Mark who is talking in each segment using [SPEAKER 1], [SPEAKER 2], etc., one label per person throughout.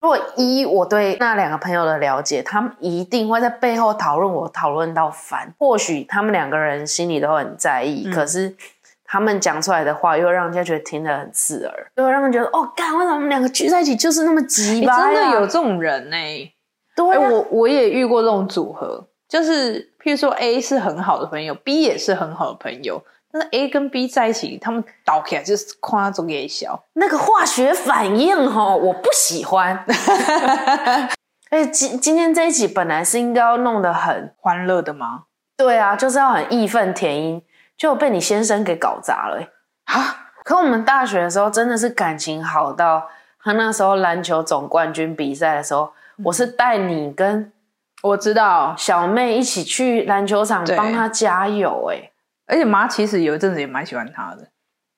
[SPEAKER 1] 如果依我对那两个朋友的了解，他们一定会在背后讨论我，讨论到烦。或许他们两个人心里都很在意，
[SPEAKER 2] 嗯
[SPEAKER 1] 可是他们讲出来的话又让人家觉得听得很刺耳，就会让人觉得哦，干，为什么我们两个聚在一起就是那么急
[SPEAKER 2] 你
[SPEAKER 1] 吧、
[SPEAKER 2] 哎真的有这种人呢、
[SPEAKER 1] 啊对
[SPEAKER 2] 哎、
[SPEAKER 1] 啊、
[SPEAKER 2] 我我也遇过这种组合，就是譬如说 A 是很好的朋友，B 也是很好的朋友，但是 A 跟 B 在一起，他们倒起来就是夸中给笑。
[SPEAKER 1] 那个化学反应哈，我不喜 欢。而且今今天这一集本来是应该要弄得很，
[SPEAKER 2] 欢乐的吗？
[SPEAKER 1] 对啊，就是要很义愤填膺，就被你先生给搞砸了欸、
[SPEAKER 2] 啊，
[SPEAKER 1] 可我们大学的时候真的是感情好到，他那时候篮球总冠军比赛的时候，
[SPEAKER 2] 嗯
[SPEAKER 1] 我是带你跟
[SPEAKER 2] 我知道，
[SPEAKER 1] 小妹一起去篮球场
[SPEAKER 2] 对
[SPEAKER 1] 帮他加油、欸，哎，
[SPEAKER 2] 而且妈其实有一阵子也蛮喜欢他的，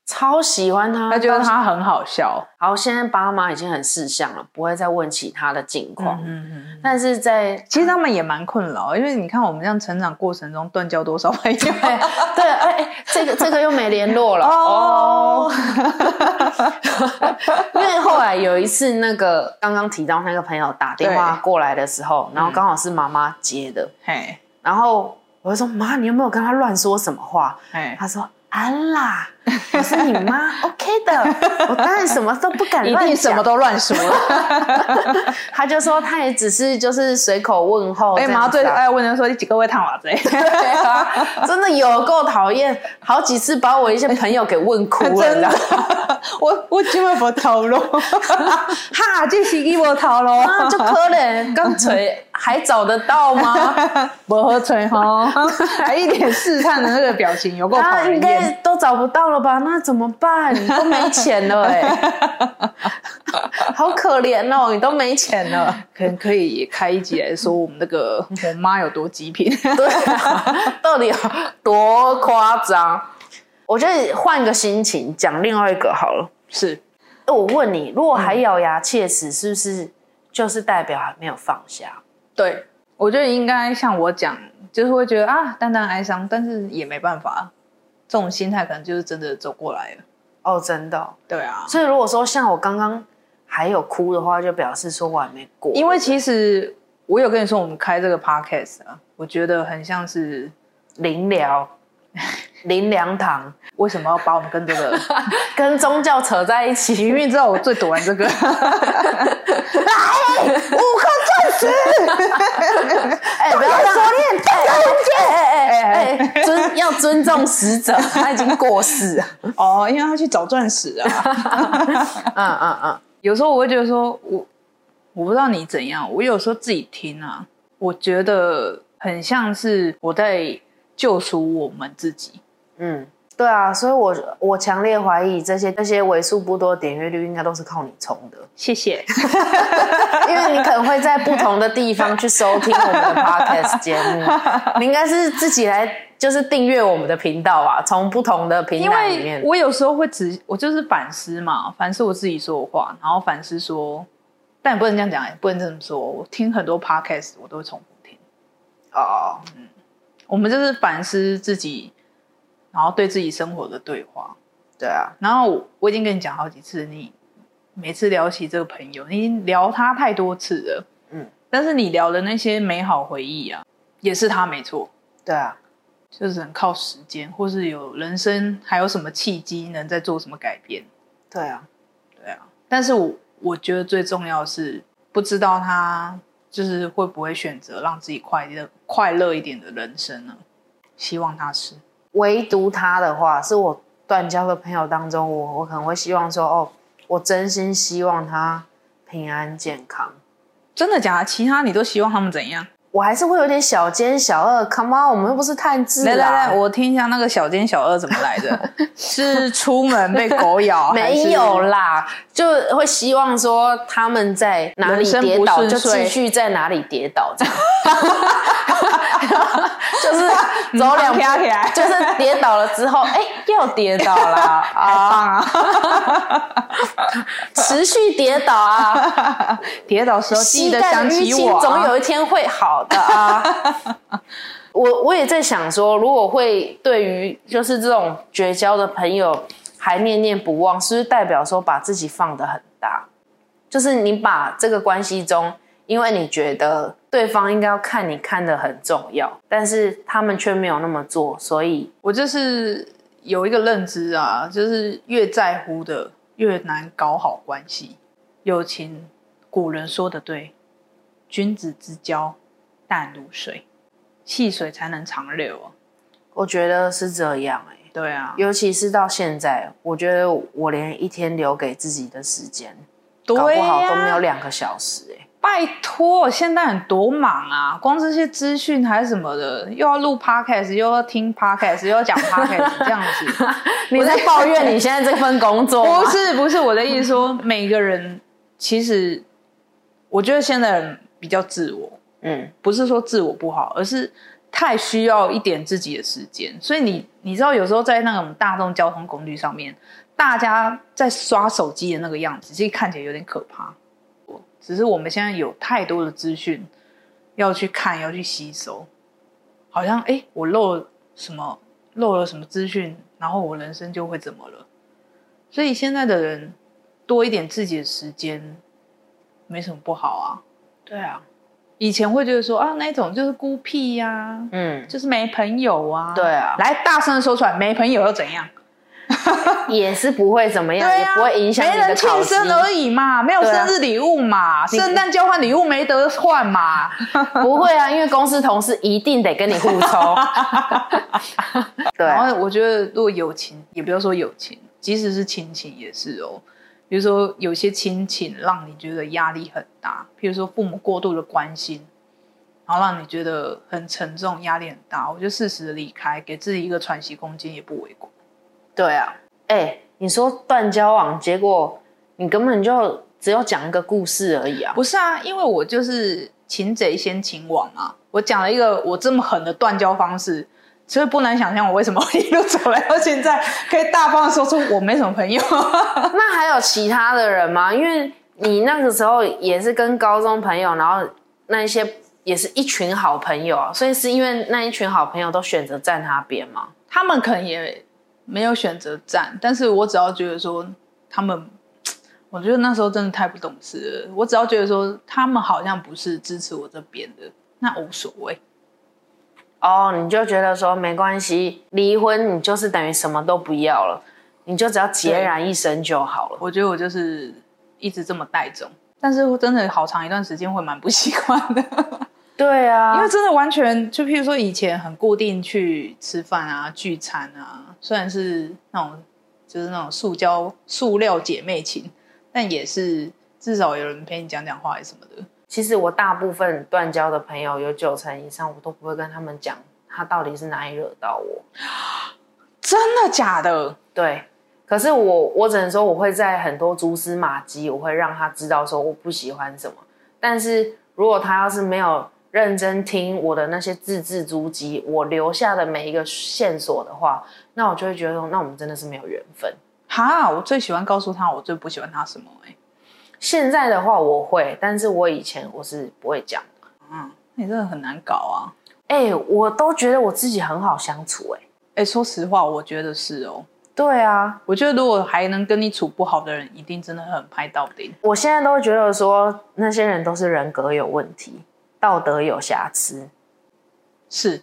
[SPEAKER 1] 超喜欢他。
[SPEAKER 2] 她觉得他很好笑。
[SPEAKER 1] 好，现在爸妈已经很识相了，不会再问起他的近况。
[SPEAKER 2] 嗯嗯。
[SPEAKER 1] 但是在
[SPEAKER 2] 其实他们也蛮困扰，因为你看我们这样成长过程中断交多少朋 友，
[SPEAKER 1] 哎，对，哎哎，这个这个又没联络了
[SPEAKER 2] 哦
[SPEAKER 1] 哦。 因为后来有一次，那个刚刚提到那个朋友打电话
[SPEAKER 2] 对嗯
[SPEAKER 1] 过来的时候，然后刚好是妈妈接的，
[SPEAKER 2] 嘿，
[SPEAKER 1] 然后我就说妈，你有没有跟他乱说什么话？
[SPEAKER 2] 嘿，
[SPEAKER 1] 他说安啦，我是你 妈，OK 的，我当然什么都不敢
[SPEAKER 2] 一
[SPEAKER 1] 乱
[SPEAKER 2] 定
[SPEAKER 1] 讲。哦
[SPEAKER 2] 什 么都乱说了。
[SPEAKER 1] 他就说他也只是就是随口问候这
[SPEAKER 2] 哎，
[SPEAKER 1] 样子啊。
[SPEAKER 2] 妈最爱问人说你几个会烫袜子？
[SPEAKER 1] 对啊，真的有够讨厌，好几次把我一些朋友给问哭了，你
[SPEAKER 2] 真
[SPEAKER 1] 知
[SPEAKER 2] 的
[SPEAKER 1] 道吗，
[SPEAKER 2] 我我今晚不头路， 哈，这是伊无头 路，
[SPEAKER 1] 啊，就可 怜，刚锤还找得到吗？
[SPEAKER 2] 不喝吹哈， 还一脸试探的那个表情，有够讨
[SPEAKER 1] 啊，
[SPEAKER 2] 人
[SPEAKER 1] 应该
[SPEAKER 2] 厌。
[SPEAKER 1] 都找不到了吧？那怎么办？你都没钱了 哎、好可怜哦，你都没钱 了。
[SPEAKER 2] 可能可以开一集来说我们那个 我妈有多极品，
[SPEAKER 1] 对啊，到底有多夸张？我觉得换个心情讲另外一个好了。
[SPEAKER 2] 是
[SPEAKER 1] 哎我问你，如果还咬牙切齿，是不是就是代表还没有放下？
[SPEAKER 2] 对，我觉得应该像我讲，就是会觉得啊，淡淡哀伤，但是也没办法，这种心态可能就是真的走过来了。
[SPEAKER 1] 哦，真的哦、
[SPEAKER 2] 对啊，
[SPEAKER 1] 所以如果说像我刚刚还有哭的话，就表示说我还没过。
[SPEAKER 2] 因为其实我有跟你说，我们开这个 podcast 啊，我觉得很像是
[SPEAKER 1] 灵疗、灵粮堂
[SPEAKER 2] 为什么要把我们跟这 个
[SPEAKER 1] 跟宗教扯在一起，
[SPEAKER 2] 明明知道我最躲这个，
[SPEAKER 1] 哎、不要让说你很哎哎哎哎，尊要尊重死者，他已经过世了。
[SPEAKER 2] 哦，因为他去找钻石啊。
[SPEAKER 1] 嗯嗯嗯，
[SPEAKER 2] 有时候我会觉得说，我我不知道你怎样，我有时候自己听啊，我觉得很像是我在救赎我们自己。
[SPEAKER 1] 嗯，对啊，所以我我强烈怀疑这些这些为数不多的点阅率应该都是靠你冲的，
[SPEAKER 2] 谢谢，
[SPEAKER 1] 因为你可能会在不同的地方去收听我们的 podcast 节目，你应该是自己来就是订阅我们的频道啊，从不同的平
[SPEAKER 2] 因
[SPEAKER 1] 台里面
[SPEAKER 2] 为。我有时候会只我就是反思嘛，反思我自己说的话，然后反思说，但也不能这样讲，也不能这么说。我听很多 podcast 我都会重复听，嗯
[SPEAKER 1] 哦，
[SPEAKER 2] 我们就是反思自己，然后对自己生活的对话。
[SPEAKER 1] 对啊，
[SPEAKER 2] 然后我我已经跟你讲好几次，你每次聊起这个朋友，你已经聊他太多次了，
[SPEAKER 1] 嗯，
[SPEAKER 2] 但是你聊的那些美好回忆啊，也是他没错，
[SPEAKER 1] 对啊，
[SPEAKER 2] 就是很靠时间，或是有人生还有什么契机能再做什么改变，
[SPEAKER 1] 对啊，
[SPEAKER 2] 对啊。但是我我觉得最重要的是不知道他就是会不会选择让自己快乐快乐一点的人生呢？希望他是，
[SPEAKER 1] 唯独他的话，是我断交的朋友当中，我我可能会希望说，哦，我真心希望他平安健康。
[SPEAKER 2] 真的假的？其他你都希望他们怎样？
[SPEAKER 1] 我还是会有点小奸小恶，Come on，我们又不是探治啊
[SPEAKER 2] 来
[SPEAKER 1] 啦
[SPEAKER 2] 来来，我听一下那个小奸小恶怎么来 的？是出门被狗 咬？
[SPEAKER 1] 没有？啦，就会希望说他们在哪里
[SPEAKER 2] 人生不
[SPEAKER 1] 跌倒
[SPEAKER 2] 顺
[SPEAKER 1] 就
[SPEAKER 2] 遂
[SPEAKER 1] 继续在哪里跌倒， 这样，就是走两
[SPEAKER 2] 嗯啪起来
[SPEAKER 1] 就是跌倒了之后，哎、又跌倒 了啊，
[SPEAKER 2] 棒啊！
[SPEAKER 1] 持续跌倒啊，
[SPEAKER 2] 跌倒时候记
[SPEAKER 1] 膝
[SPEAKER 2] 得
[SPEAKER 1] 盖
[SPEAKER 2] 想
[SPEAKER 1] 的淤
[SPEAKER 2] 起
[SPEAKER 1] 青
[SPEAKER 2] 我啊。
[SPEAKER 1] 总有一天会好的啊。 我我也在想说，如果会对于就是这种绝交的朋友还念念不忘，是不是代表说把自己放得很大？就是你把这个关系中，因为你觉得对方应该要看你看得很重要，但是他们却没有那么做，所以
[SPEAKER 2] 我就是有一个认知啊，就是越在乎的越难搞好关系。友情，古人说的对，君子之交淡如水，细水才能长流啊。
[SPEAKER 1] 我觉得是这样哎、
[SPEAKER 2] 对啊，
[SPEAKER 1] 尤其是到现在，我觉得我连一天留给自己的时间，
[SPEAKER 2] 对啊
[SPEAKER 1] 搞不好
[SPEAKER 2] 呀
[SPEAKER 1] 都没有两个小时哎、
[SPEAKER 2] 拜托，现在很多忙啊，光这些资讯还是什么的，又要录 podcast，又要听 podcast，又要讲 podcast，这样子。
[SPEAKER 1] 你在抱怨你现在这份工作吗
[SPEAKER 2] 不是不是，我的意思说，每个人其实，我觉得现在人比较自我，
[SPEAKER 1] 嗯，
[SPEAKER 2] 不是说自我不好，而是太需要一点自己的时间。所以你你知道，有时候在那种大众交通工具上面，大家在刷手机的那个样子，其实看起来有点可怕。只是我们现在有太多的资讯要去看，要去吸收，好像诶，我漏了什么漏了什么资讯，然后我人生就会怎么了。所以现在的人多一点自己的时间，没什么不好啊。
[SPEAKER 1] 对啊，
[SPEAKER 2] 以前会觉得说啊，那种就是孤僻呀、
[SPEAKER 1] 嗯，
[SPEAKER 2] 就是没朋友啊。
[SPEAKER 1] 对啊
[SPEAKER 2] 来大声的说出来，没朋友又怎样？
[SPEAKER 1] 也是不会怎么样，也
[SPEAKER 2] 啊，
[SPEAKER 1] 不会影响你
[SPEAKER 2] 没
[SPEAKER 1] 的
[SPEAKER 2] 人
[SPEAKER 1] 考
[SPEAKER 2] 庆
[SPEAKER 1] 绩。
[SPEAKER 2] 生而已嘛，没有
[SPEAKER 1] 对啊
[SPEAKER 2] 生日礼物嘛，圣诞交换礼物没得换嘛。
[SPEAKER 1] 不会啊，因为公司同事一定得跟你互 抽。对啊，
[SPEAKER 2] 然后我觉得，如果友情，也不要说友情，即使是亲情也是哦。比如说，有些亲情让你觉得压力很大，譬如说父母过度的关心，然后让你觉得很沉重，压力很大。我觉得适时的离开，给自己一个喘息空间也不为过。
[SPEAKER 1] 对啊，哎、你说断交往，结果你根本就只有讲一个故事而已啊。
[SPEAKER 2] 不是啊，因为我就是擒贼先擒王啊！我讲了一个我这么狠的断交方式，所以不难想象我为什么一路走来到现在，可以大方的说出我没什么朋友。
[SPEAKER 1] 那还有其他的人吗？因为你那个时候也是跟高中朋友，然后那一些也是一群好朋友啊，所以是因为那一群好朋友都选择站他边吗？
[SPEAKER 2] 他们可能也没有选择站，但是我只要觉得说他们，我觉得那时候真的太不懂事了。我只要觉得说他们好像不是支持我这边的，那无所谓。
[SPEAKER 1] 哦，你就觉得说没关系，离婚你就是等于什么都不要了，你就只要孑然一身就好了。
[SPEAKER 2] 我觉得我就是一直这么带种，但是我真的好长一段时间会蛮不习惯的。
[SPEAKER 1] 对啊，
[SPEAKER 2] 因为真的完全就譬如说以前很固定去吃饭啊、聚餐啊，虽然是那种就是那种塑胶塑料姐妹情，但也是至少有人陪你讲讲话什么的。
[SPEAKER 1] 其实我大部分断交的朋友有九成以上，我都不会跟他们讲他到底是哪里惹到我。
[SPEAKER 2] 真的假的？
[SPEAKER 1] 对，可是我我只能说我会在很多蛛丝马迹，我会让他知道说我不喜欢什么。但是如果他要是没有认真听我的那些字字珠玑，我留下的每一个线索的话，那我就会觉得说，那我们真的是没有缘分。
[SPEAKER 2] 哈，我最喜欢告诉他我最不喜欢他什么、欸。
[SPEAKER 1] 现在的话我会，但是我以前我是不会讲的。
[SPEAKER 2] 嗯，你真的很难搞啊。
[SPEAKER 1] 哎、我都觉得我自己很好相处、哎，
[SPEAKER 2] 哎、说实话，我觉得是哦。
[SPEAKER 1] 对啊，
[SPEAKER 2] 我觉得如果还能跟你处不好的人，一定真的很拍到顶。
[SPEAKER 1] 我现在都觉得说那些人都是人格有问题，道德有瑕疵。
[SPEAKER 2] 是，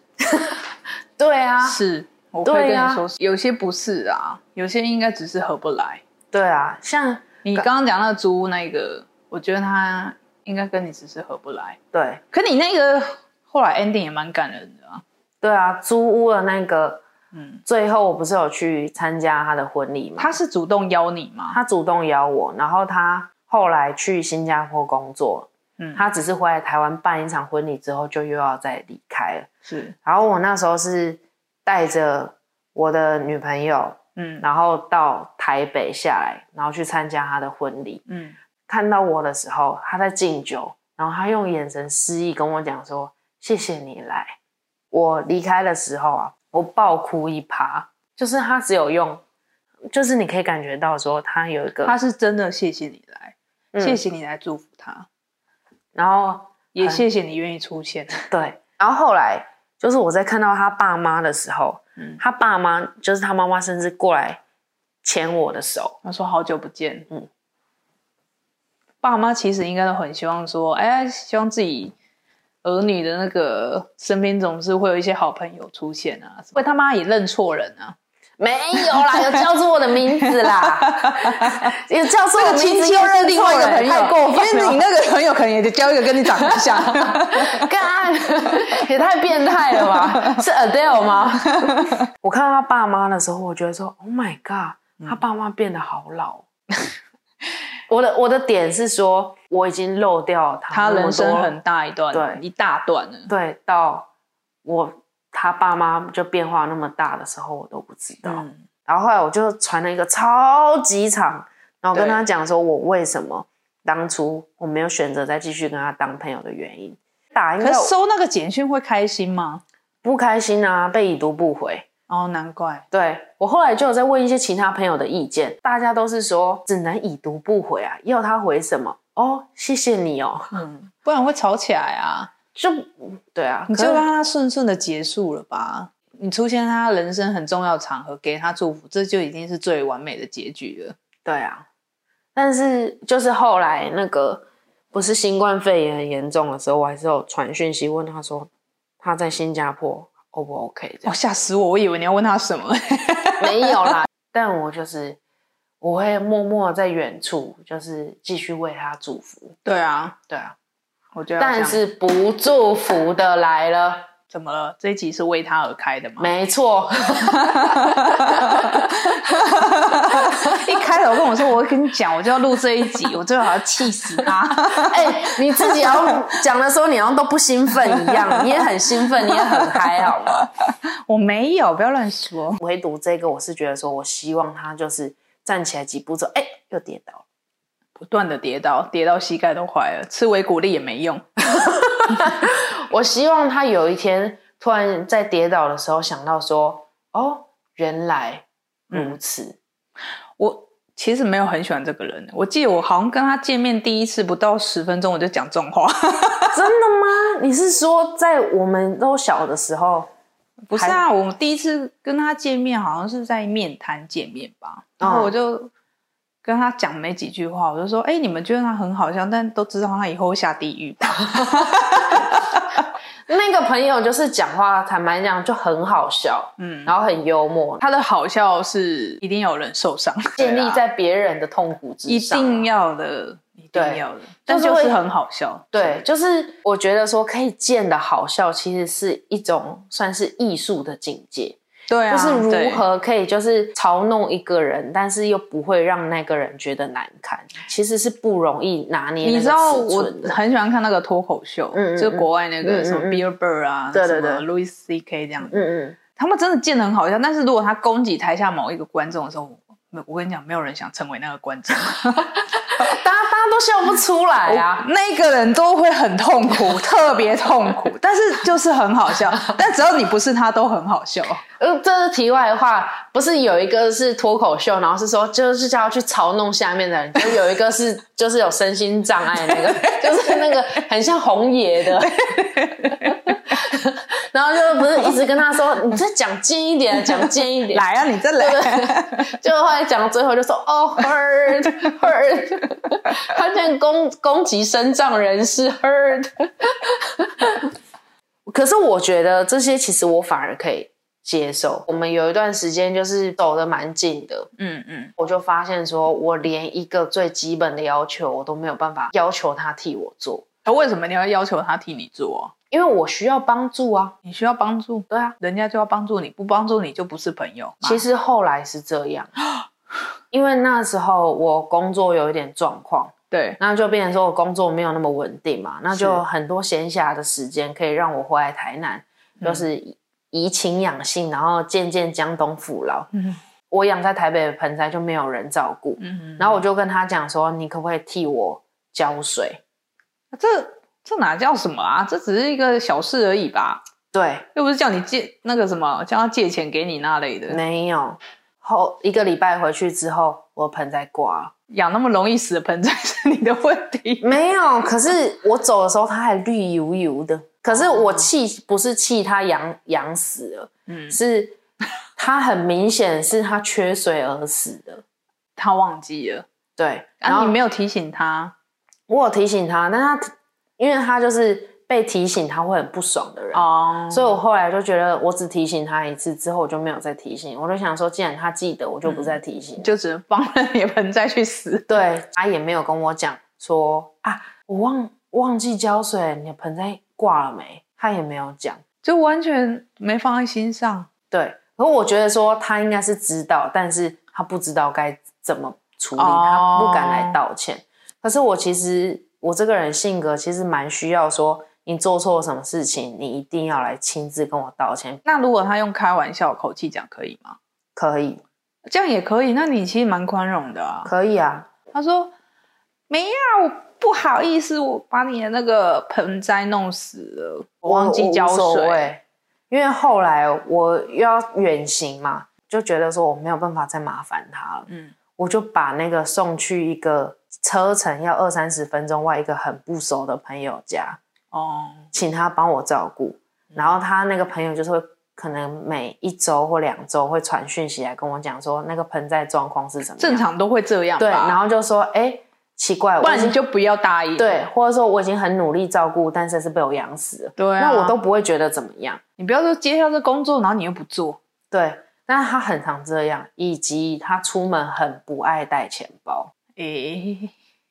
[SPEAKER 1] 对啊，
[SPEAKER 2] 是，我会跟
[SPEAKER 1] 对啊
[SPEAKER 2] 你说，有些不是啊，有些应该只是合不来。
[SPEAKER 1] 对啊，像
[SPEAKER 2] 你刚刚讲那个租屋那个，我觉得他应该跟你只是合不来。
[SPEAKER 1] 对
[SPEAKER 2] 可你那个后来 ending 也蛮感人的啊。
[SPEAKER 1] 对啊，租屋的那个，
[SPEAKER 2] 嗯，
[SPEAKER 1] 最后我不是有去参加他的婚礼嘛？
[SPEAKER 2] 他是主动邀你吗？
[SPEAKER 1] 他主动邀我，然后他后来去新加坡工作，
[SPEAKER 2] 嗯
[SPEAKER 1] 他只是回来台湾办一场婚礼之后就又要再离开了。
[SPEAKER 2] 是，
[SPEAKER 1] 然后我那时候是带着我的女朋友，
[SPEAKER 2] 嗯
[SPEAKER 1] 然后到台北下来，然后去参加他的婚礼。
[SPEAKER 2] 嗯，
[SPEAKER 1] 看到我的时候，他在敬酒，然后他用眼神示意跟我讲说：“谢谢你来。”我离开的时候啊，我爆哭一趴，就是他只有用，就是你可以感觉到说他有一个，
[SPEAKER 2] 他是真的谢谢你来，
[SPEAKER 1] 嗯
[SPEAKER 2] 谢谢你来祝福他，
[SPEAKER 1] 然后
[SPEAKER 2] 也
[SPEAKER 1] 很
[SPEAKER 2] 谢谢你愿意出现。
[SPEAKER 1] 对，然后后来就是我在看到他爸妈的时候，
[SPEAKER 2] 嗯
[SPEAKER 1] 他爸妈就是他妈妈，甚至过来牵我的手，
[SPEAKER 2] 嗯他说好久不见，爸妈其实应该都很希望说，哎，希望自己儿女的那个身边总是会有一些好朋友出现啊，会他妈也认错人啊，
[SPEAKER 1] 没有啦，有叫出我的名字啦， 有叫出 我的名字又认
[SPEAKER 2] 另
[SPEAKER 1] 错
[SPEAKER 2] 外一个
[SPEAKER 1] 人，
[SPEAKER 2] 朋友，
[SPEAKER 1] 太过
[SPEAKER 2] 因
[SPEAKER 1] 分
[SPEAKER 2] 为你
[SPEAKER 1] 了，
[SPEAKER 2] 那个朋友可能也得交一个跟你长得像，
[SPEAKER 1] 干，也太变态了 吧？是 Adele 吗？我看到他爸妈的时候，我觉得说，Oh my god，他爸妈变得好老。 我的我的点是说，我已经漏掉他
[SPEAKER 2] 他
[SPEAKER 1] 那么
[SPEAKER 2] 人生
[SPEAKER 1] 多
[SPEAKER 2] 很大一段，
[SPEAKER 1] 对
[SPEAKER 2] 一大段呢。
[SPEAKER 1] 对，到我他爸妈就变化那么大的时候，我都不知道。
[SPEAKER 2] 嗯，
[SPEAKER 1] 然后后来我就传了一个超级长，然后跟他讲说我为什么当初我没有选择再继续跟他当朋友的原因。打应
[SPEAKER 2] 可
[SPEAKER 1] 该
[SPEAKER 2] 是收那个简讯会开心吗？
[SPEAKER 1] 不开心啊，被已读不回。
[SPEAKER 2] 哦，难怪。
[SPEAKER 1] 对我后来就有在问一些其他朋友的意见，大家都是说只能已读不回啊，要他回什么？哦，谢谢你哦，
[SPEAKER 2] 嗯，不然会吵起来啊！
[SPEAKER 1] 就对啊，
[SPEAKER 2] 你就
[SPEAKER 1] 可是
[SPEAKER 2] 让他顺顺的结束了吧。你出现在他人生很重要的场合，给他祝福，这就已经是最完美的结局了。
[SPEAKER 1] 对啊，但是就是后来那个不是新冠肺炎很严重的时候，我还是有传讯息问他说他在新加坡 O 不 OK 这样，
[SPEAKER 2] 哇， 哦吓死我！我以为你要问他什么。
[SPEAKER 1] 没有啦，但我就是我会默默在远处，就是继续为他祝福，
[SPEAKER 2] 对啊，
[SPEAKER 1] 对啊，
[SPEAKER 2] 我觉得好像
[SPEAKER 1] 但是不祝福的来了，
[SPEAKER 2] 怎么了？这一集是为他而开的吗？
[SPEAKER 1] 没错，
[SPEAKER 2] 一开头跟我说，我跟你讲，我就要录这一 集，我最好要气死他。
[SPEAKER 1] 哎、你自己好像讲的时候，你好像都不兴奋一样，你也很兴奋，你也很嗨，好吗？
[SPEAKER 2] 我没有，不要乱说。
[SPEAKER 1] 唯独这个，我是觉得说，我希望他就是站起来几步之后，哎、又跌倒了。
[SPEAKER 2] 不断的跌倒，跌到膝盖都坏了，吃维骨力也没用。
[SPEAKER 1] 我希望他有一天突然在跌倒的时候想到说，哦，原来如此。
[SPEAKER 2] 我其实没有很喜欢这个人，我记得我好像跟他见面第一次不到十分钟，我就讲重话，
[SPEAKER 1] 真的吗？你是说在我们都小的时候？
[SPEAKER 2] 不是啊，我第一次跟他见面好像是在面摊见面吧，然后我就跟他讲没几句话，我就说，哎、你们觉得他很好笑，但都知道他以后会下地狱吧？
[SPEAKER 1] 那个朋友就是讲话，坦白讲就很好笑，
[SPEAKER 2] 嗯，
[SPEAKER 1] 然后很幽默，他
[SPEAKER 2] 他的好笑是一定要有人受伤，
[SPEAKER 1] 建立
[SPEAKER 2] 对啊
[SPEAKER 1] 在别人的痛苦之
[SPEAKER 2] 一
[SPEAKER 1] 上啊、
[SPEAKER 2] 定要的，一定
[SPEAKER 1] 对
[SPEAKER 2] 要的，但就
[SPEAKER 1] 会
[SPEAKER 2] 是很好笑，
[SPEAKER 1] 对，就是我觉得说可以见的好笑，其实是一种算是艺术的境界，
[SPEAKER 2] 对啊，
[SPEAKER 1] 就是如
[SPEAKER 2] 对
[SPEAKER 1] 何可以就是嘲弄一个人，但是又不会让那个人觉得难堪，其实是不容易拿捏那
[SPEAKER 2] 你
[SPEAKER 1] 个
[SPEAKER 2] 知道
[SPEAKER 1] 尺
[SPEAKER 2] 我
[SPEAKER 1] 寸的。
[SPEAKER 2] 很喜欢看那个脱口秀，
[SPEAKER 1] 嗯嗯
[SPEAKER 2] 就是国外那
[SPEAKER 1] 嗯嗯
[SPEAKER 2] 个什么
[SPEAKER 1] 嗯
[SPEAKER 2] Bill Burr 啊，
[SPEAKER 1] 对对对
[SPEAKER 2] 什么 Louis C K 这样，
[SPEAKER 1] 嗯
[SPEAKER 2] 他们真的见得很好笑。但是如果他攻击台下某一个观众的时候，我没有我跟你讲，没有人想成为那个观 众，
[SPEAKER 1] 嗯，大家大家都笑不出来啊。
[SPEAKER 2] 那个人都会很痛苦，特别痛苦，但是就是很好 笑。但只要你不是他，都很好笑。
[SPEAKER 1] 呃，这是题外话，不是有一个是脱口秀，然后是说就是叫他去嘲弄下面的人，就有一个是就是有身心障碍那个， 就是那个很像红爷的， 然后就不是一直跟他说你再讲尖一点，讲尖一点，
[SPEAKER 2] 来啊，你再来，
[SPEAKER 1] 就后来讲到最后就说哦 hurt hurt，他竟然攻攻击身障人士 hurt，可是我觉得这些其实我反而可以接受。我们有一段时间就是走的蛮近的，
[SPEAKER 2] 嗯嗯，
[SPEAKER 1] 我就发现说我连一个最基本的要求我都没有办法要求他替我做，
[SPEAKER 2] 为什么你要要求他替你做？
[SPEAKER 1] 因为我需要帮助啊。
[SPEAKER 2] 你需要帮助，
[SPEAKER 1] 对啊，
[SPEAKER 2] 人家就要帮助你，不帮助你就不是朋友。
[SPEAKER 1] 其实后来是这样，因为那时候我工作有一点状况。
[SPEAKER 2] 对，
[SPEAKER 1] 那就变成说我工作没有那么稳定嘛，那
[SPEAKER 2] 是
[SPEAKER 1] 就很多闲暇的时间可以让我回来台南，就是怡情养性，然后渐渐江东父老。
[SPEAKER 2] 嗯
[SPEAKER 1] 我养在台北的盆栽就没有人照顾，
[SPEAKER 2] 嗯，
[SPEAKER 1] 然后我就跟他讲说，你可不可以替我浇水？
[SPEAKER 2] 这这哪叫什么啊？这只是一个小事而已吧，
[SPEAKER 1] 对，
[SPEAKER 2] 又不是叫你借那个什么，叫他借钱给你那类的。
[SPEAKER 1] 没有。后一个礼拜回去之后，我的盆栽挂了。
[SPEAKER 2] 养那么容易死的盆栽 是你的问题。
[SPEAKER 1] 没有，可是我走的时候它还绿油油的。可是我气不是气它养养死了，
[SPEAKER 2] 嗯，
[SPEAKER 1] 是它很明显是它缺水而死的。
[SPEAKER 2] 他忘记了，啊
[SPEAKER 1] 对，然
[SPEAKER 2] 然后
[SPEAKER 1] 后、
[SPEAKER 2] 你没有提醒他，
[SPEAKER 1] 我有提醒他，但他因为他就是被提醒，他会很不爽的人，
[SPEAKER 2] 哦，
[SPEAKER 1] 所以我后来就觉得我只提醒他一次，之后我就没有再提醒。我就想说，既然他记得，我就不再提醒。
[SPEAKER 2] 就只能放任你们再去死。
[SPEAKER 1] 对，他也没有跟我讲说啊，我忘忘记浇水，你的盆栽挂了没？他也没有讲。
[SPEAKER 2] 就完全没放在心上。
[SPEAKER 1] 对，可我觉得说他应该是知道，但是他不知道该怎么处理，
[SPEAKER 2] 哦
[SPEAKER 1] 他不敢来道歉。可是我其实我这个人性格其实蛮需要说，你做错什么事情，你一定要来亲自跟我道歉，
[SPEAKER 2] 那如果他用开玩笑的口气讲，可以吗？
[SPEAKER 1] 可以，
[SPEAKER 2] 这样也可以，那你其实蛮宽容的啊。
[SPEAKER 1] 可以啊，
[SPEAKER 2] 他说：“没呀、我不好意思，我把你的那个盆栽弄死了，我忘记浇
[SPEAKER 1] 我无所
[SPEAKER 2] 水。
[SPEAKER 1] 谓。因为后来我又要远行嘛，就觉得说我没有办法再麻烦他了，”
[SPEAKER 2] 嗯，
[SPEAKER 1] 我就把那个送去一个车程要二三十分钟外一个很不熟的朋友家。
[SPEAKER 2] 哦，
[SPEAKER 1] 请他帮我照顾。
[SPEAKER 2] 嗯
[SPEAKER 1] 然后他那个朋友就是会可能每一周或两周会传讯息来跟我讲说那个盆栽状况是怎么样
[SPEAKER 2] 正常都会这样吧。
[SPEAKER 1] 对，然后就说哎、奇怪，
[SPEAKER 2] 不
[SPEAKER 1] 我已
[SPEAKER 2] 然你
[SPEAKER 1] 经
[SPEAKER 2] 就不要答应。
[SPEAKER 1] 对，或者说我已经很努力照顾，但是是被我养死了，
[SPEAKER 2] 对、啊，
[SPEAKER 1] 那我都不会觉得怎么样。
[SPEAKER 2] 你不要说接下这工作，然后你又不做。
[SPEAKER 1] 对，但是他很常这样，以及他出门很不爱带钱包，
[SPEAKER 2] 诶、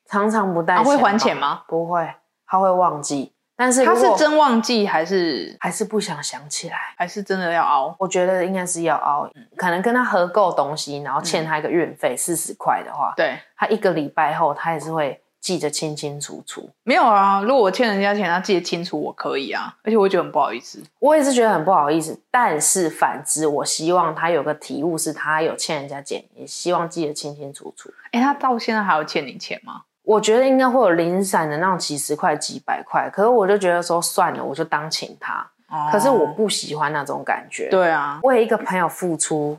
[SPEAKER 1] 常常不带
[SPEAKER 2] 他、
[SPEAKER 1] 钱包。
[SPEAKER 2] 啊会还钱？吗？
[SPEAKER 1] 不会，他会忘记。但是
[SPEAKER 2] 他
[SPEAKER 1] 如
[SPEAKER 2] 是
[SPEAKER 1] 果
[SPEAKER 2] 真忘记还是
[SPEAKER 1] 还是不想想起来。
[SPEAKER 2] 还是真的要熬？
[SPEAKER 1] 我觉得应该是要熬，嗯可能跟他合购东西，然后
[SPEAKER 2] 嗯
[SPEAKER 1] 欠他一个运费四十块的话，
[SPEAKER 2] 对，
[SPEAKER 1] 他一个礼拜后他也是会记得清清楚楚。
[SPEAKER 2] 没有啊，如果我欠人家钱，他记得清楚，我可以啊，而且我会觉得很不好意思。
[SPEAKER 1] 我也是觉得很不好意思，但是反之，我希望他有个体悟，是他有欠人家钱，也希望记得清清楚楚。
[SPEAKER 2] 哎、他到现在还有欠你钱吗？
[SPEAKER 1] 我觉得应该会有零散的那种几十块、几百块，可是我就觉得说算了，我就当请他。
[SPEAKER 2] 哦
[SPEAKER 1] 可是我不喜欢那种感觉，
[SPEAKER 2] 对啊，
[SPEAKER 1] 为一个朋友付出，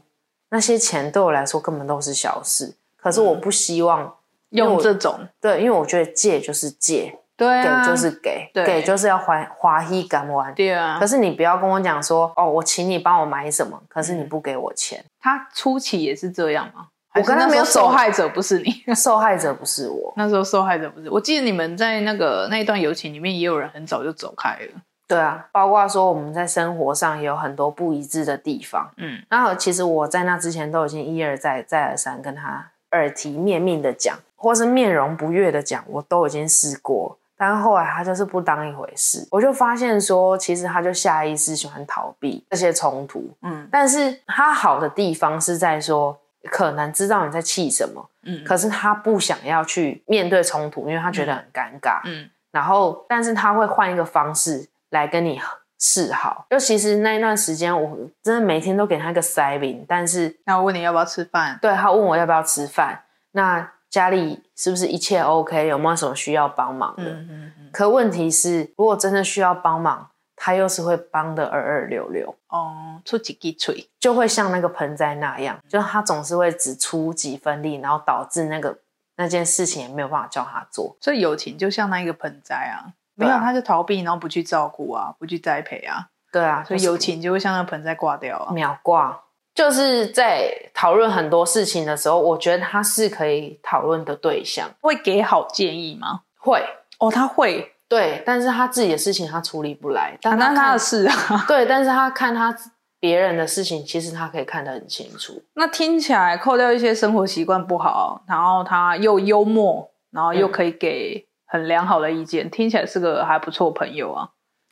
[SPEAKER 1] 那些钱对我来说根本都是小事。可是我
[SPEAKER 2] 嗯
[SPEAKER 1] 不希望、
[SPEAKER 2] 用这种
[SPEAKER 1] 对，因为我觉得借就是借，
[SPEAKER 2] 对啊，
[SPEAKER 1] 给就是给，
[SPEAKER 2] 对
[SPEAKER 1] 给就是要还花一干完。
[SPEAKER 2] 对啊
[SPEAKER 1] 可。是你不要跟我讲说，哦，我请你帮我买什么，可是
[SPEAKER 2] 嗯
[SPEAKER 1] 你不给我钱，
[SPEAKER 2] 他初期也是这样吗？
[SPEAKER 1] 我跟他
[SPEAKER 2] 还是那时候
[SPEAKER 1] 没有
[SPEAKER 2] 受
[SPEAKER 1] 手
[SPEAKER 2] 害者，不是你。
[SPEAKER 1] 受害者不是我。
[SPEAKER 2] 那时候受害者不是，我记得你们在那个那一段友情里面，也有人很早就走开了。
[SPEAKER 1] 对啊，包括说我们在生活上也有很多不一致的地方。
[SPEAKER 2] 嗯，
[SPEAKER 1] 然后其实我在那之前都已经一而再、再而三跟他耳提面命的讲，或是面容不悦的讲，我都已经试过。但后来他就是不当一回事，我就发现说，其实他就下意识喜欢逃避这些冲突。
[SPEAKER 2] 嗯
[SPEAKER 1] 但是他好的地方是在说，可能知道你在气什么，
[SPEAKER 2] 嗯
[SPEAKER 1] 可是他不想要去面对冲突，因为他觉得很尴尬。
[SPEAKER 2] 嗯，
[SPEAKER 1] 然后，但是他会换一个方式来跟你示好。就其实那一段时间，我真的每天都给他一个塞饼，但是
[SPEAKER 2] 那我问你要不要吃饭？
[SPEAKER 1] 对他问我要不要吃饭，那家里是不是一切 OK，有没有什么需要帮忙的？
[SPEAKER 2] 嗯嗯嗯，
[SPEAKER 1] 可问题是，如果真的需要帮忙，他又是会帮的二二六六。
[SPEAKER 2] 哦，出几滴嘴，
[SPEAKER 1] 就会像那个盆栽那样，就是他总是会只出几分力，然后导致那个那件事情也没有办法叫他做。
[SPEAKER 2] 所以友情就像那一个盆栽啊，没
[SPEAKER 1] 对啊
[SPEAKER 2] 有他就逃避，然后不去照顾啊，不去栽培啊，
[SPEAKER 1] 对啊，
[SPEAKER 2] 所以友情就会像那盆栽挂掉啊。
[SPEAKER 1] 秒挂。就是在讨论很多事情的时候，我觉得他是可以讨论的对象，
[SPEAKER 2] 会给好建议吗？
[SPEAKER 1] 会
[SPEAKER 2] 哦，他会，
[SPEAKER 1] 对，但是他自己的事情他处理不来，但
[SPEAKER 2] 那
[SPEAKER 1] 他
[SPEAKER 2] 是他
[SPEAKER 1] 看
[SPEAKER 2] 的事 啊。
[SPEAKER 1] 对，但是他看他别人的事情，其实他可以看得很清楚。
[SPEAKER 2] 那听起来扣掉一些生活习惯不好，然后他又幽默，然后又
[SPEAKER 1] 嗯
[SPEAKER 2] 可以给很良好的意见，听起来是个还不错朋友啊。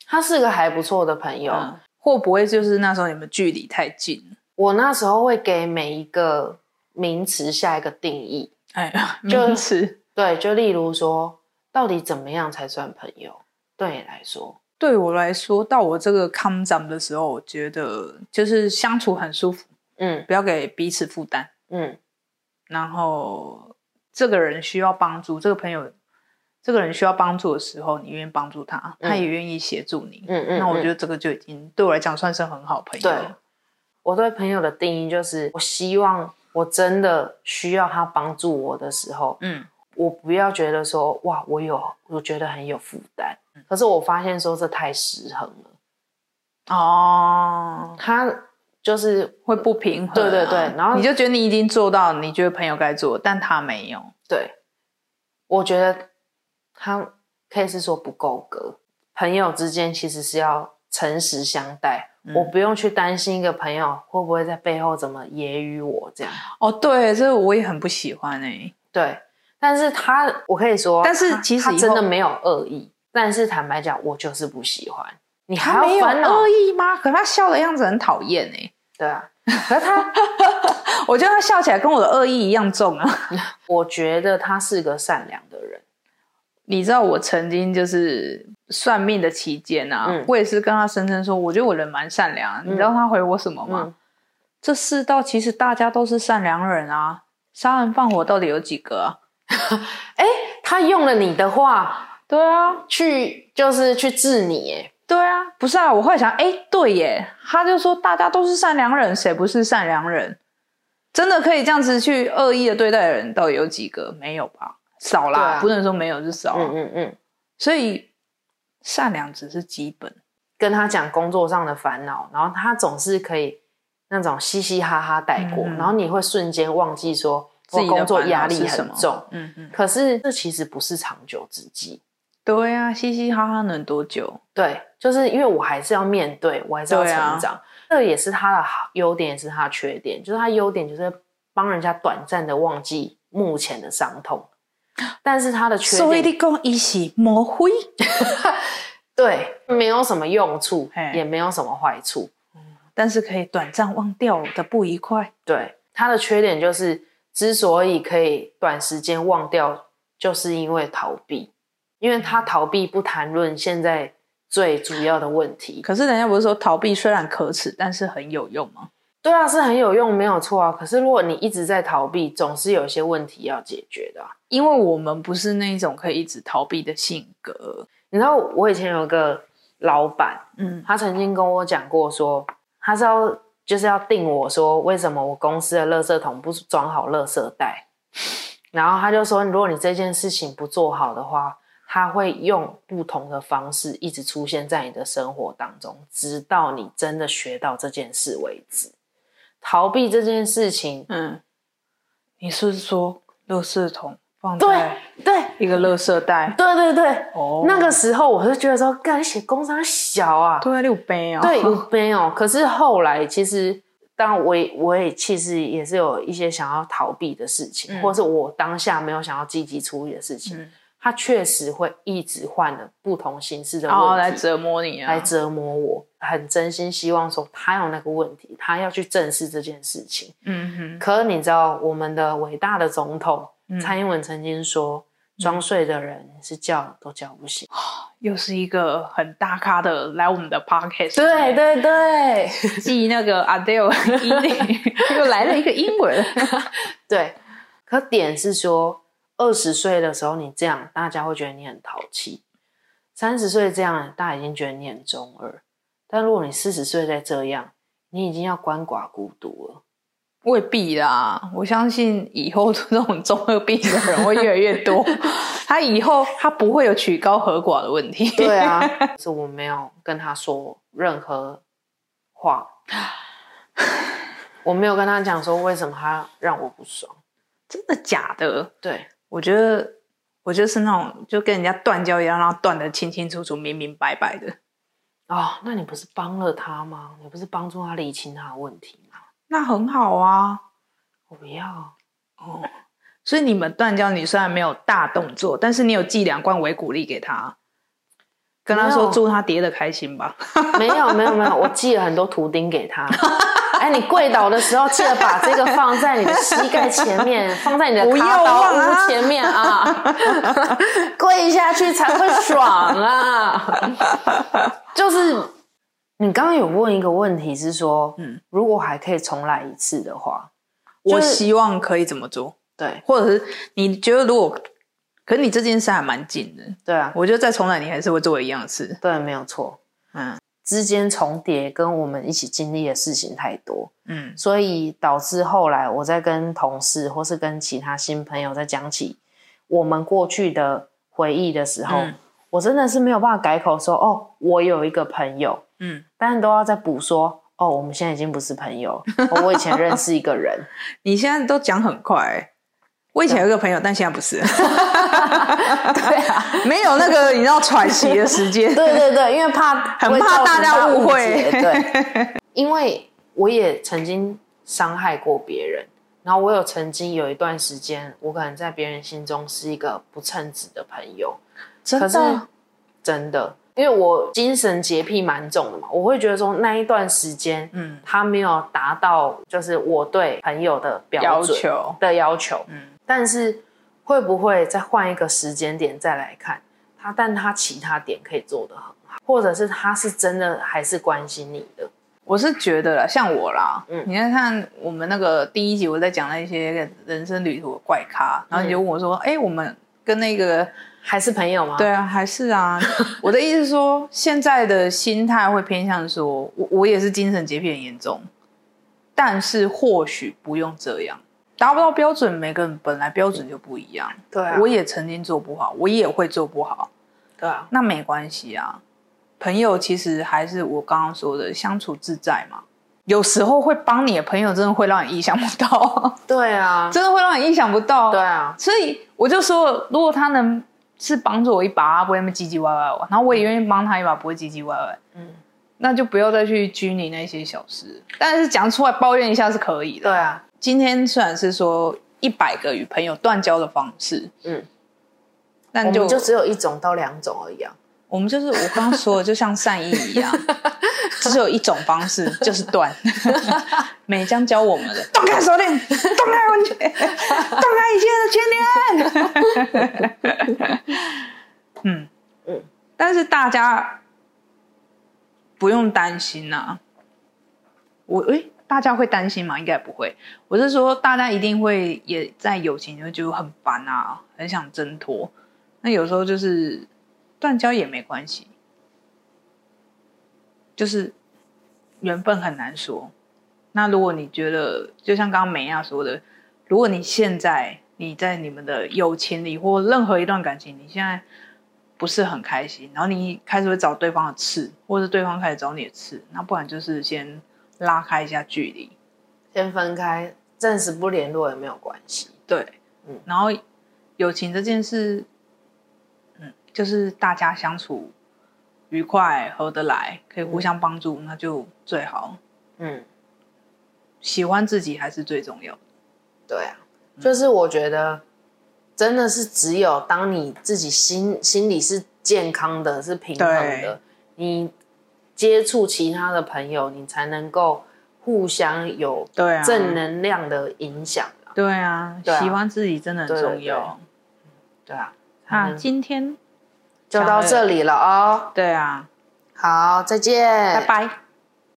[SPEAKER 1] 他是个还不错的朋友，
[SPEAKER 2] 嗯，会不会就是那时候你们距离太近？
[SPEAKER 1] 我那时候会给每一个名词下一个定义，
[SPEAKER 2] 哎，
[SPEAKER 1] 就
[SPEAKER 2] 名词
[SPEAKER 1] 对，就例如说，到底怎么样才算朋友？对你来说，
[SPEAKER 2] 对我来说，到我这个 come down 的时候，我觉得就是相处很舒服，
[SPEAKER 1] 嗯
[SPEAKER 2] 不要给彼此负担。
[SPEAKER 1] 嗯，
[SPEAKER 2] 然后这个人需要帮助，这个朋友，这个人需要帮助的时候，你愿意帮助他，
[SPEAKER 1] 嗯
[SPEAKER 2] 他也愿意协助你。
[SPEAKER 1] 嗯嗯
[SPEAKER 2] 那
[SPEAKER 1] 嗯
[SPEAKER 2] 我觉得这个就已经对我来讲算是很好朋友。
[SPEAKER 1] 对我对朋友的定义就是，我希望我真的需要他帮助我的时候，
[SPEAKER 2] 嗯，
[SPEAKER 1] 我不要觉得说，哇，我有，我觉得很有负担。
[SPEAKER 2] 嗯
[SPEAKER 1] 可是我发现说这太失衡了，
[SPEAKER 2] 哦，
[SPEAKER 1] 他就是
[SPEAKER 2] 会不平衡啊、
[SPEAKER 1] 对对对然后
[SPEAKER 2] 你就觉得你已经做到，你觉得朋友该做，但他没有。
[SPEAKER 1] 对，我觉得他可以是说不够格。朋友之间其实是要诚实相待，
[SPEAKER 2] 嗯
[SPEAKER 1] 我不用去担心一个朋友会不会在背后怎么揶揄我这样。
[SPEAKER 2] 哦，对，这我也很不喜欢哎、
[SPEAKER 1] 对，但是他我可以说，
[SPEAKER 2] 但是
[SPEAKER 1] 他
[SPEAKER 2] 其实
[SPEAKER 1] 他
[SPEAKER 2] 以
[SPEAKER 1] 真的
[SPEAKER 2] 后
[SPEAKER 1] 没有恶意，但是坦白讲，我就是不喜欢。你还
[SPEAKER 2] 他没
[SPEAKER 1] 要
[SPEAKER 2] 有
[SPEAKER 1] 烦恼
[SPEAKER 2] 恶？意吗？可是他笑的样子很讨厌哎，
[SPEAKER 1] 对啊，可是他，
[SPEAKER 2] 我觉得他笑起来跟我的恶意一样重啊。
[SPEAKER 1] 我觉得他是个善良的人。
[SPEAKER 2] 你知道我曾经就是算命的期间啊，
[SPEAKER 1] 嗯
[SPEAKER 2] 我也是跟他声称说，我觉得我人蛮善良啊。你知道他回我什么吗？
[SPEAKER 1] 嗯
[SPEAKER 2] 这世道其实大家都是善良人啊，杀人放火到底有几个啊？
[SPEAKER 1] 他用了你的话
[SPEAKER 2] 对啊，
[SPEAKER 1] 去，就是去治你，哎，
[SPEAKER 2] 对啊，不是啊，我后来想，哎，对耶，他就说大家都是善良人，谁不是善良人？真的可以这样子去恶意的对待的人，到底有几个？没有吧，少啦，
[SPEAKER 1] 对啊
[SPEAKER 2] 不能说没有，就少啊、
[SPEAKER 1] 嗯嗯嗯，
[SPEAKER 2] 所以善良只是基本。
[SPEAKER 1] 跟他讲工作上的烦恼，然后他总是可以那种嘻嘻哈哈带过，
[SPEAKER 2] 嗯
[SPEAKER 1] 然后你会瞬间忘记说
[SPEAKER 2] 自
[SPEAKER 1] 我
[SPEAKER 2] 己的
[SPEAKER 1] 工作
[SPEAKER 2] 烦恼
[SPEAKER 1] 压力
[SPEAKER 2] 是什
[SPEAKER 1] 很
[SPEAKER 2] 么
[SPEAKER 1] 重。
[SPEAKER 2] 嗯嗯，
[SPEAKER 1] 可是这其实不是长久之计，
[SPEAKER 2] 对啊，嘻嘻哈哈能多久？
[SPEAKER 1] 对，就是因为我还是要面对，我还是要
[SPEAKER 2] 对
[SPEAKER 1] 成
[SPEAKER 2] 啊
[SPEAKER 1] 长。这也是他的好优点，也是他的缺点。就是他优点就是帮人家短暂的忘记目前的伤痛，但是他的缺
[SPEAKER 2] 所以
[SPEAKER 1] 点
[SPEAKER 2] 你讲一起抹灰，
[SPEAKER 1] 对没有什么用处
[SPEAKER 2] 嘿，
[SPEAKER 1] 也没有什么坏处。
[SPEAKER 2] 但是可以短暂忘掉我的不愉快。
[SPEAKER 1] 对他的缺点就是，之所以可以短时间忘掉，就是因为逃避，因为他逃避不谈论现在最主要的问题。
[SPEAKER 2] 可是人家不是说逃避虽然可耻，但是很有用吗？
[SPEAKER 1] 对啊，是很有用，没有错啊。可是如果你一直在逃避，总是有一些问题要解决的啊、
[SPEAKER 2] 因为我们不是那种可以一直逃避的性格。
[SPEAKER 1] 你知道我以前有个老板，
[SPEAKER 2] 嗯
[SPEAKER 1] 他曾经跟我讲过说，他是要就是要定我说为什么我公司的垃圾桶不装好垃圾袋，然后他就说，如果你这件事情不做好的话，他会用不同的方式一直出现在你的生活当中，直到你真的学到这件事为止。逃避这件事情，
[SPEAKER 2] 嗯，你是说垃圾桶放
[SPEAKER 1] 对
[SPEAKER 2] 在
[SPEAKER 1] 对
[SPEAKER 2] 一个垃圾袋？
[SPEAKER 1] 对对对，
[SPEAKER 2] 哦
[SPEAKER 1] 那个时候我就觉得说，干写工商小啊，
[SPEAKER 2] 对啊，六杯啊，
[SPEAKER 1] 对，有没有？可是后来其实，当然我也我也其实也是有一些想要逃避的事情，
[SPEAKER 2] 嗯
[SPEAKER 1] 或是我当下没有想要积极处理的事情，
[SPEAKER 2] 嗯
[SPEAKER 1] 它确实会一直换了不同形式的
[SPEAKER 2] 哦，来
[SPEAKER 1] 问题、
[SPEAKER 2] 折磨你啊，
[SPEAKER 1] 来折磨我。很真心希望说他有那个问题，他要去正视这件事情。
[SPEAKER 2] 嗯哼，
[SPEAKER 1] 可你知道，我们的伟大的总统、
[SPEAKER 2] 嗯
[SPEAKER 1] 蔡英文曾经说，装睡的人是叫都叫不醒。
[SPEAKER 2] 又是一个很大咖的来我们的 podcast，
[SPEAKER 1] 对 对对。
[SPEAKER 2] 继那个 Adele 一又来了一个英文，
[SPEAKER 1] 对，可点是说，二十岁的时候你这样，大家会觉得你很淘气；三十岁这样，大家已经觉得你很中二。但如果你四十岁再这样，你已经要鳏寡孤独了。
[SPEAKER 2] 未必啦。我相信以后这种中二病的人会越来越多， 他以后他不会有曲高和寡的问题。
[SPEAKER 1] 对啊，可是我没有跟他说任何话，我没有跟他讲说为什么他让我不爽。
[SPEAKER 2] 真的假的？
[SPEAKER 1] 对，
[SPEAKER 2] 我觉得，我觉得是那种就跟人家断交一样，然后断的清清楚楚、明明白白的。
[SPEAKER 1] 哦，那你不是帮了他吗？你不是帮助他理清他的问题吗？
[SPEAKER 2] 那很好啊。
[SPEAKER 1] 我不要。
[SPEAKER 2] 所以你们断交，你虽然没有大动作，但是你有寄两罐维骨力给他，跟他
[SPEAKER 1] 没
[SPEAKER 2] 说
[SPEAKER 1] 有
[SPEAKER 2] 祝他跌的开心吧。
[SPEAKER 1] 没有没有没有，我寄了很多图钉给他。哎，你跪倒的时候记得把这个放在你的膝盖前面，放在你的
[SPEAKER 2] 不要
[SPEAKER 1] 卡刀
[SPEAKER 2] 忘啊
[SPEAKER 1] 屋前面啊，跪下去才会爽啊。就是你刚刚有问一个问题是说，
[SPEAKER 2] 嗯
[SPEAKER 1] 嗯，如果还可以重来一次的话，
[SPEAKER 2] 我
[SPEAKER 1] 就是
[SPEAKER 2] 希望可以怎么做，
[SPEAKER 1] 对
[SPEAKER 2] 或者是你觉得如果，可是你这件事还蛮近的，
[SPEAKER 1] 对啊，
[SPEAKER 2] 我觉得再重来你还是会做一样的事。
[SPEAKER 1] 对，没有错。
[SPEAKER 2] 嗯
[SPEAKER 1] 之间重叠跟我们一起经历的事情太多，
[SPEAKER 2] 嗯
[SPEAKER 1] 所以导致后来我在跟同事或是跟其他新朋友在讲起我们过去的回忆的时候，
[SPEAKER 2] 嗯
[SPEAKER 1] 我真的是没有办法改口说哦，我有一个朋友，
[SPEAKER 2] 嗯，
[SPEAKER 1] 但都要再补说哦，我们现在已经不是朋友，哦我以前认识一个人，
[SPEAKER 2] 你现在都讲很快、欸我以前有一个朋友，但现在不是，
[SPEAKER 1] 对啊，
[SPEAKER 2] 没有那个你知道喘息的时 间。
[SPEAKER 1] 对对对，因为怕
[SPEAKER 2] 很
[SPEAKER 1] 会
[SPEAKER 2] 怕
[SPEAKER 1] 造成
[SPEAKER 2] 大家误
[SPEAKER 1] 误
[SPEAKER 2] 会
[SPEAKER 1] 解 对，因为我也曾经伤害过别人，然后我有曾经有一段时间，我可能在别人心中是一个不称职的朋友，
[SPEAKER 2] 真
[SPEAKER 1] 可是真的，因为我精神洁癖蛮重的嘛，我会觉得说那一段时间，
[SPEAKER 2] 嗯，
[SPEAKER 1] 他没有达到就是我对朋友的标
[SPEAKER 2] 要
[SPEAKER 1] 准
[SPEAKER 2] 求，
[SPEAKER 1] 的要求，
[SPEAKER 2] 嗯，
[SPEAKER 1] 但是会不会再换一个时间点再来看他？但他其他点可以做得很好，或者是他是真的还是关心你的？
[SPEAKER 2] 我是觉得啦，像我啦，
[SPEAKER 1] 嗯
[SPEAKER 2] 你看看我们那个第一集，我在讲那些人生旅途的怪咖，然后
[SPEAKER 1] 嗯
[SPEAKER 2] 你就问我说，哎、我们跟那个
[SPEAKER 1] 还是朋友吗？
[SPEAKER 2] 对啊，还是 啊。我的意思是说，现在的心态会偏向说，我我也是精神洁癖很严重，但是或许不用这样，达不到标准，每个人本来标准就不一样。
[SPEAKER 1] 对啊，
[SPEAKER 2] 我也曾经做不好，我也会做不好，
[SPEAKER 1] 对啊，
[SPEAKER 2] 那没关系啊。朋友其实还是我刚刚说的相处自在嘛。有时候会帮你的朋友，真的会让你意想不 到，
[SPEAKER 1] 对啊，
[SPEAKER 2] 真的会让你意想不到。
[SPEAKER 1] 对啊，
[SPEAKER 2] 所以我就说，如果他能是帮助我一把，不会那么唧唧歪歪我，然后我也愿意帮他一把，不会唧唧歪歪，
[SPEAKER 1] 嗯，
[SPEAKER 2] 那就不要再去拘泥那些小事。但是讲出来抱怨一下是可以的。
[SPEAKER 1] 对啊，
[SPEAKER 2] 今天虽然是说一百个与朋友断交的方式，
[SPEAKER 1] 嗯，
[SPEAKER 2] 但
[SPEAKER 1] 我
[SPEAKER 2] 就
[SPEAKER 1] 们就只有一种到两种而已啊。
[SPEAKER 2] 我们就是我刚刚说的，就像善意一样，只有一种方式，就是断。 美江教我们的，断开手链，断开完全，断开一切的牵连。嗯
[SPEAKER 1] 嗯
[SPEAKER 2] 嗯，但是大家不用担心呐、我诶、大家会担心吗？应该不会。我是说，大家一定会也在友情就就很烦啊，很想挣脱。那有时候就是断交也没关系，就是缘分很难说。那如果你觉得，就像刚刚美亚说的，如果你现在你在你们的友情里或任何一段感情，你现在不是很开心，然后你开始会找对方的刺，或者对方开始找你的刺，那不然就是先拉开一下距离，
[SPEAKER 1] 先分开，暂时不联络也没有关系。
[SPEAKER 2] 对，
[SPEAKER 1] 嗯
[SPEAKER 2] 然后友情这件事，嗯，就是大家相处愉快、合得来，可以互相帮助，那就最好。
[SPEAKER 1] 嗯，
[SPEAKER 2] 喜欢自己还是最重要的。
[SPEAKER 1] 对啊，就是我觉得真的是只有当你自己心心里是健康的、是平衡
[SPEAKER 2] 对
[SPEAKER 1] 的，你接触其他的朋友，你才能够互相有
[SPEAKER 2] 对啊
[SPEAKER 1] 正能量的影响啊、
[SPEAKER 2] 对啊，
[SPEAKER 1] 对啊
[SPEAKER 2] 喜欢自己真的很
[SPEAKER 1] 对对
[SPEAKER 2] 重要。嗯
[SPEAKER 1] 对啊，
[SPEAKER 2] 那
[SPEAKER 1] 嗯
[SPEAKER 2] 今天
[SPEAKER 1] 就到这里了哦。
[SPEAKER 2] 对啊，
[SPEAKER 1] 好，再见，
[SPEAKER 2] 拜拜。